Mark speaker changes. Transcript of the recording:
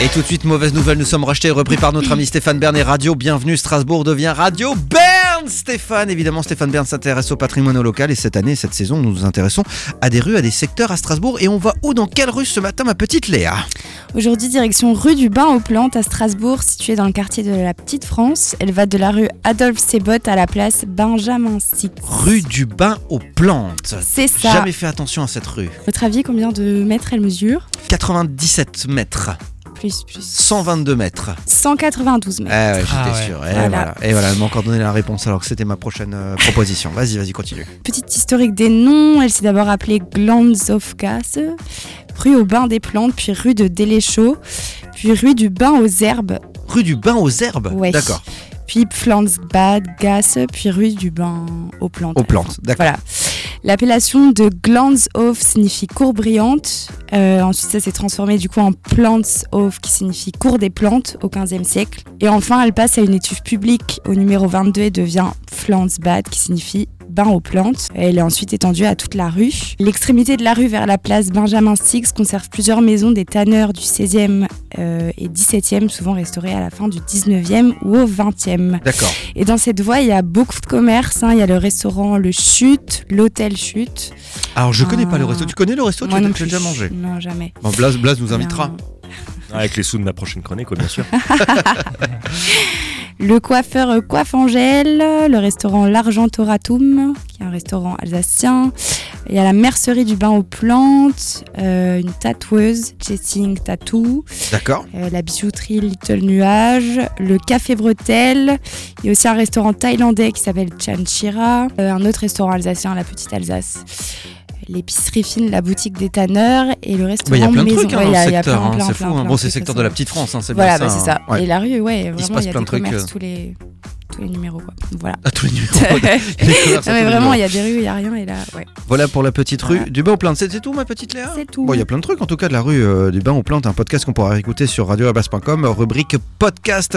Speaker 1: Et tout de suite, mauvaise nouvelle, nous sommes rachetés et repris par notre ami Stéphane Bern et Radio Bienvenue Strasbourg devient Radio Bern Stéphane Évidemment, Stéphane Bern s'intéresse au patrimoine local et cette année, cette saison, nous nous intéressons à des rues, à des secteurs à Strasbourg. Et on va où, dans quelle rue ce matin, ma petite Léa
Speaker 2: Aujourd'hui, direction rue du Bain aux Plantes à Strasbourg, située dans le quartier de la Petite France. Elle va de la rue Adolphe Sébot à la place Benjamin Six.
Speaker 1: Rue du Bain aux Plantes
Speaker 2: C'est ça.
Speaker 1: Jamais fait attention à cette rue.
Speaker 2: Votre avis, combien de mètres elle mesure
Speaker 1: 97 mètres,
Speaker 2: Plus, plus.
Speaker 1: 122 mètres.
Speaker 2: 192
Speaker 1: Eh
Speaker 2: mètres.
Speaker 1: ouais, j'étais
Speaker 3: Ah ouais.
Speaker 1: sûr. Et voilà.
Speaker 2: Voilà.
Speaker 1: Et voilà, elle m'a encore donné la réponse alors que c'était ma prochaine euh, proposition. Vas-y, vas-y, continue.
Speaker 2: Petite historique des noms, elle s'est d'abord appelée Glanzofkasse, rue au Bain des Plantes, puis rue de Déléchaud, puis rue du Bain aux Herbes,
Speaker 1: Rue du Bain aux Herbes
Speaker 2: Ouais.
Speaker 1: D'accord.
Speaker 2: puis Pflanzbad Gasse, puis rue du Bain aux Plantes.
Speaker 1: Aux plantes, d'accord.
Speaker 2: Voilà. L'appellation de Glanzhof signifie cour brillante. Euh, ensuite, ça s'est transformé du coup en Plantshof qui signifie cour des plantes au XVe siècle. Et enfin, elle passe à une étude publique au numéro 22 et devient Pflanzbad qui signifie bain aux plantes. Elle est ensuite étendue à toute la rue. L'extrémité de la rue vers la place Benjamin Six conserve plusieurs maisons des tanneurs du 16e euh, et 17e, souvent restaurées à la fin du 19e ou au 20e.
Speaker 1: D'accord.
Speaker 2: Et dans cette voie, il y a beaucoup de commerces. hein. Il y a le restaurant Le Chute, l'hôtel Chute.
Speaker 1: Alors je connais pas le
Speaker 2: Ah.
Speaker 1: resto. Tu connais le resto
Speaker 2: Moi
Speaker 1: Tu
Speaker 2: non
Speaker 1: as
Speaker 2: plus.
Speaker 1: déjà mangé
Speaker 2: Non, jamais.
Speaker 1: Bon, Blaze, Blaze nous invitera.
Speaker 2: Non.
Speaker 3: Ah, Avec les sous de ma prochaine chronique, bien sûr.
Speaker 2: Le coiffeur euh, Coiffe Angèle, le restaurant L'Argentoratum, qui est un restaurant alsacien. Il y a la mercerie du bain aux plantes, euh, une tatoueuse, Jessing Tattoo,
Speaker 1: D'accord.
Speaker 2: euh, la bijouterie Little Nuage, le café Bretel. Il y a aussi un restaurant thaïlandais qui s'appelle Chanchira, euh, un autre restaurant alsacien, la Petite Alsace. L'épicerie fine, la boutique des tanneurs et le restaurant
Speaker 1: Bah, Il y a plein de
Speaker 2: maison.
Speaker 1: trucs hein,
Speaker 2: Ouais,
Speaker 1: dans
Speaker 2: il y a-
Speaker 1: le
Speaker 2: il y a
Speaker 1: secteur.
Speaker 2: plein,
Speaker 1: hein,
Speaker 2: plein,
Speaker 1: C'est
Speaker 2: plein,
Speaker 1: fou. hein.
Speaker 2: plein
Speaker 1: Bon,
Speaker 2: de
Speaker 1: c'est le
Speaker 2: trucs à
Speaker 1: secteur
Speaker 2: ça.
Speaker 1: de la petite France. hein, C'est bien
Speaker 2: Voilà,
Speaker 1: ça.
Speaker 2: bah, c'est ça.
Speaker 1: hein. Ouais.
Speaker 2: Et la rue, ouais,
Speaker 1: se
Speaker 2: vraiment,
Speaker 1: passe
Speaker 2: il y a
Speaker 1: plein
Speaker 2: des
Speaker 1: de trucs,
Speaker 2: commerces,
Speaker 1: euh.
Speaker 2: tous les, tous les numéros, quoi. Voilà.
Speaker 1: À tous les numéros.
Speaker 2: non,
Speaker 1: Les commerces à tous
Speaker 2: mais
Speaker 1: les
Speaker 2: vraiment,
Speaker 1: numéros.
Speaker 2: il y a des rues, il n'y a rien, et là, ouais.
Speaker 1: Voilà pour la petite rue
Speaker 2: Voilà.
Speaker 1: du Bain aux Plantes. C'est c'est tout, ma petite Léa
Speaker 2: C'est tout.
Speaker 1: Ah. Bon, il y a plein de trucs en tout cas de la rue euh, du Bain aux Plantes. Un podcast qu'on pourra écouter sur radioabas.com, rubrique podcast.